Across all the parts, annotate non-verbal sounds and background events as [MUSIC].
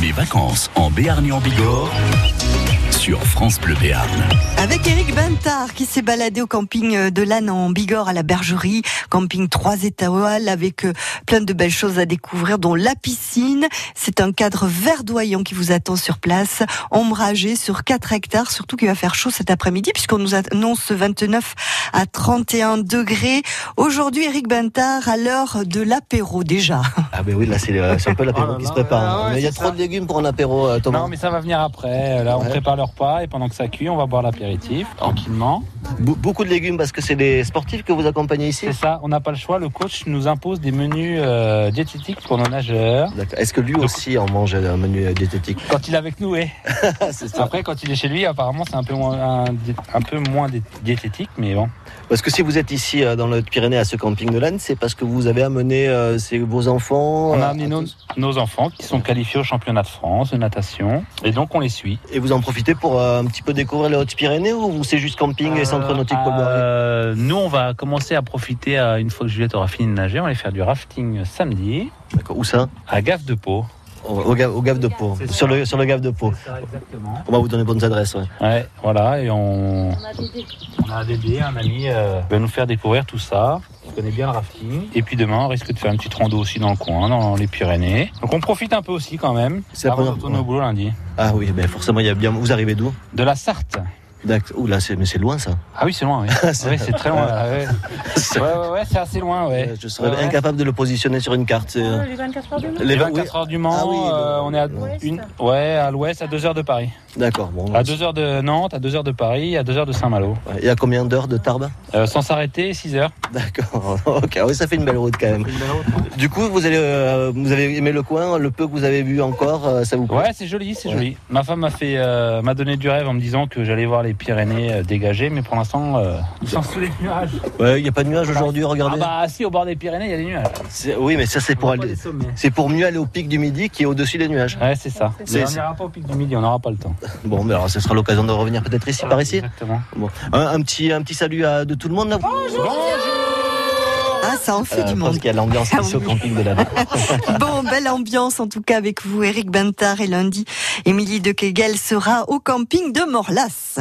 Les vacances en Béarn et en Bigorre sur France Bleu Béarn. Avec Eric Bintard qui s'est baladé au camping euh, de l'âne en Bigorre à la Bergerie, camping 3 étoiles avec euh, plein de belles choses à découvrir dont la piscine. C'est un cadre verdoyant qui vous attend sur place, ombragé sur 4 hectares, surtout qu'il va faire chaud cet après-midi puisqu'on nous annonce 29 à 31 degrés. Aujourd'hui Eric Bintard à l'heure de l'apéro déjà. Ah ben oui, là c'est le- [LAUGHS] c'est un peu l'apéro Oh là qui se là, prépare. ouais, Mais il y a c'est trop ça. de légumes pour un apéro, euh, Thomas. Non, mais ça va venir après. Là, on Ouais. prépare le repas et pendant que ça cuit, on va boire l'apéritif tranquillement. Be- Beaucoup de légumes parce que c'est des sportifs que vous accompagnez ici. C'est ça, on n'a pas le choix. Le coach nous impose des menus euh, diététiques pour nos nageurs. D'accord. Est-ce que lui aussi en mange un menu euh, diététique Quand il est avec nous, oui. [LAUGHS] C'est ça. Après, quand il est chez lui, apparemment, c'est un peu moins, un, di- un peu moins di- diététique, mais bon. Parce que si vous êtes ici euh, dans le Pyrénées à ce camping de l'âne, c'est parce que vous avez amené euh, c'est vos enfants. On euh, a à amené nos, tous. nos enfants qui sont qualifiés au championnat de France de natation, et donc on les suit. Et vous en profitez pour euh, un petit peu découvrir les Hautes-Pyrénées ou c'est juste camping et centre nautique pour Euh, Nous, on va commencer à profiter, euh, une fois que Juliette aura fini de nager, on va aller faire du rafting samedi D'accord. Où ça à Gaffe de Pau. au, au Gave- au Gave de Pau. C'est ça. Sur le, sur le Gave de Pau. exactement. On va vous donner bonnes adresses. ouais. Ouais, voilà, et on, on a un bébé, un ami, euh, qui va nous faire découvrir tout ça. On connaît bien le rafting. Et puis demain, on risque de faire une petite rando aussi dans le coin, dans les Pyrénées. Donc on profite un peu aussi quand même. C'est la Avant de première retourner fois. au boulot lundi. Ah oui, ben forcément, il y a bien. Vous arrivez d'où De la Sarthe. D'accord. Ouh là, c'est- mais c'est loin ça. [LAUGHS] Ah oui, c'est loin, oui. Ouais, c'est très loin. là, ouais, ouais, ouais, ouais, c'est assez loin, ouais. Je serais Ouais, ouais. incapable de le positionner sur une carte. c'est, euh, Les 24 heures du Mans. les Les vingt- 24 heures du Ah Mans, oui, le- euh, on est à l'ouest. une, ouais, à l'ouest, à 2 heures de Paris. oui, D'accord. Bon, À 2 heures de Nantes, à 2 heures de Paris, à 2 heures de Saint-Malo. Il y a combien d'heures de Tarbes [LAUGHS] Euh, sans s'arrêter, 6 heures. D'accord. ok. Oui, ça fait une belle route hein. quand même. Du coup, vous, allez, euh, vous avez aimé le coin, le peu que vous avez vu encore, euh, ça vous plaît Ouais, c'est joli, c'est Ouais. joli. Ma femme m'a fait, euh, m'a donné du rêve en me disant que j'allais voir les Pyrénées euh, dégagées, mais pour l'instant, euh, ils sont sous les nuages. Ouais, Il n'y a pas de nuages aujourd'hui. Ah Regardez. bah si, au bord des Pyrénées, il y a des nuages. C'est- Oui, mais ça c'est pour aller. C'est pour mieux aller au pic du midi qui est au-dessus des nuages. Ouais, c'est ça. C'est- Mais on n'ira pas au pic du midi, on n'aura pas le temps. Bon, mais alors, ce sera l'occasion de revenir peut-être Ah, ici, par ici. Exactement. Bon. Un, un petit, un petit salut à, de tout le monde là. Ah ça en fait Euh, du je monde. pense qu'il y a [LAUGHS] l'ambiance ici au camping de la Bon, belle ambiance en tout cas avec vous, Eric Bintard. Et lundi, Émilie de Kegel sera au camping de Morlas.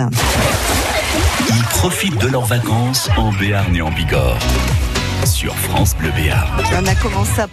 Ils profitent de leurs vacances en Béarn et en Bigorre sur France Bleu Béarn. On a commencé à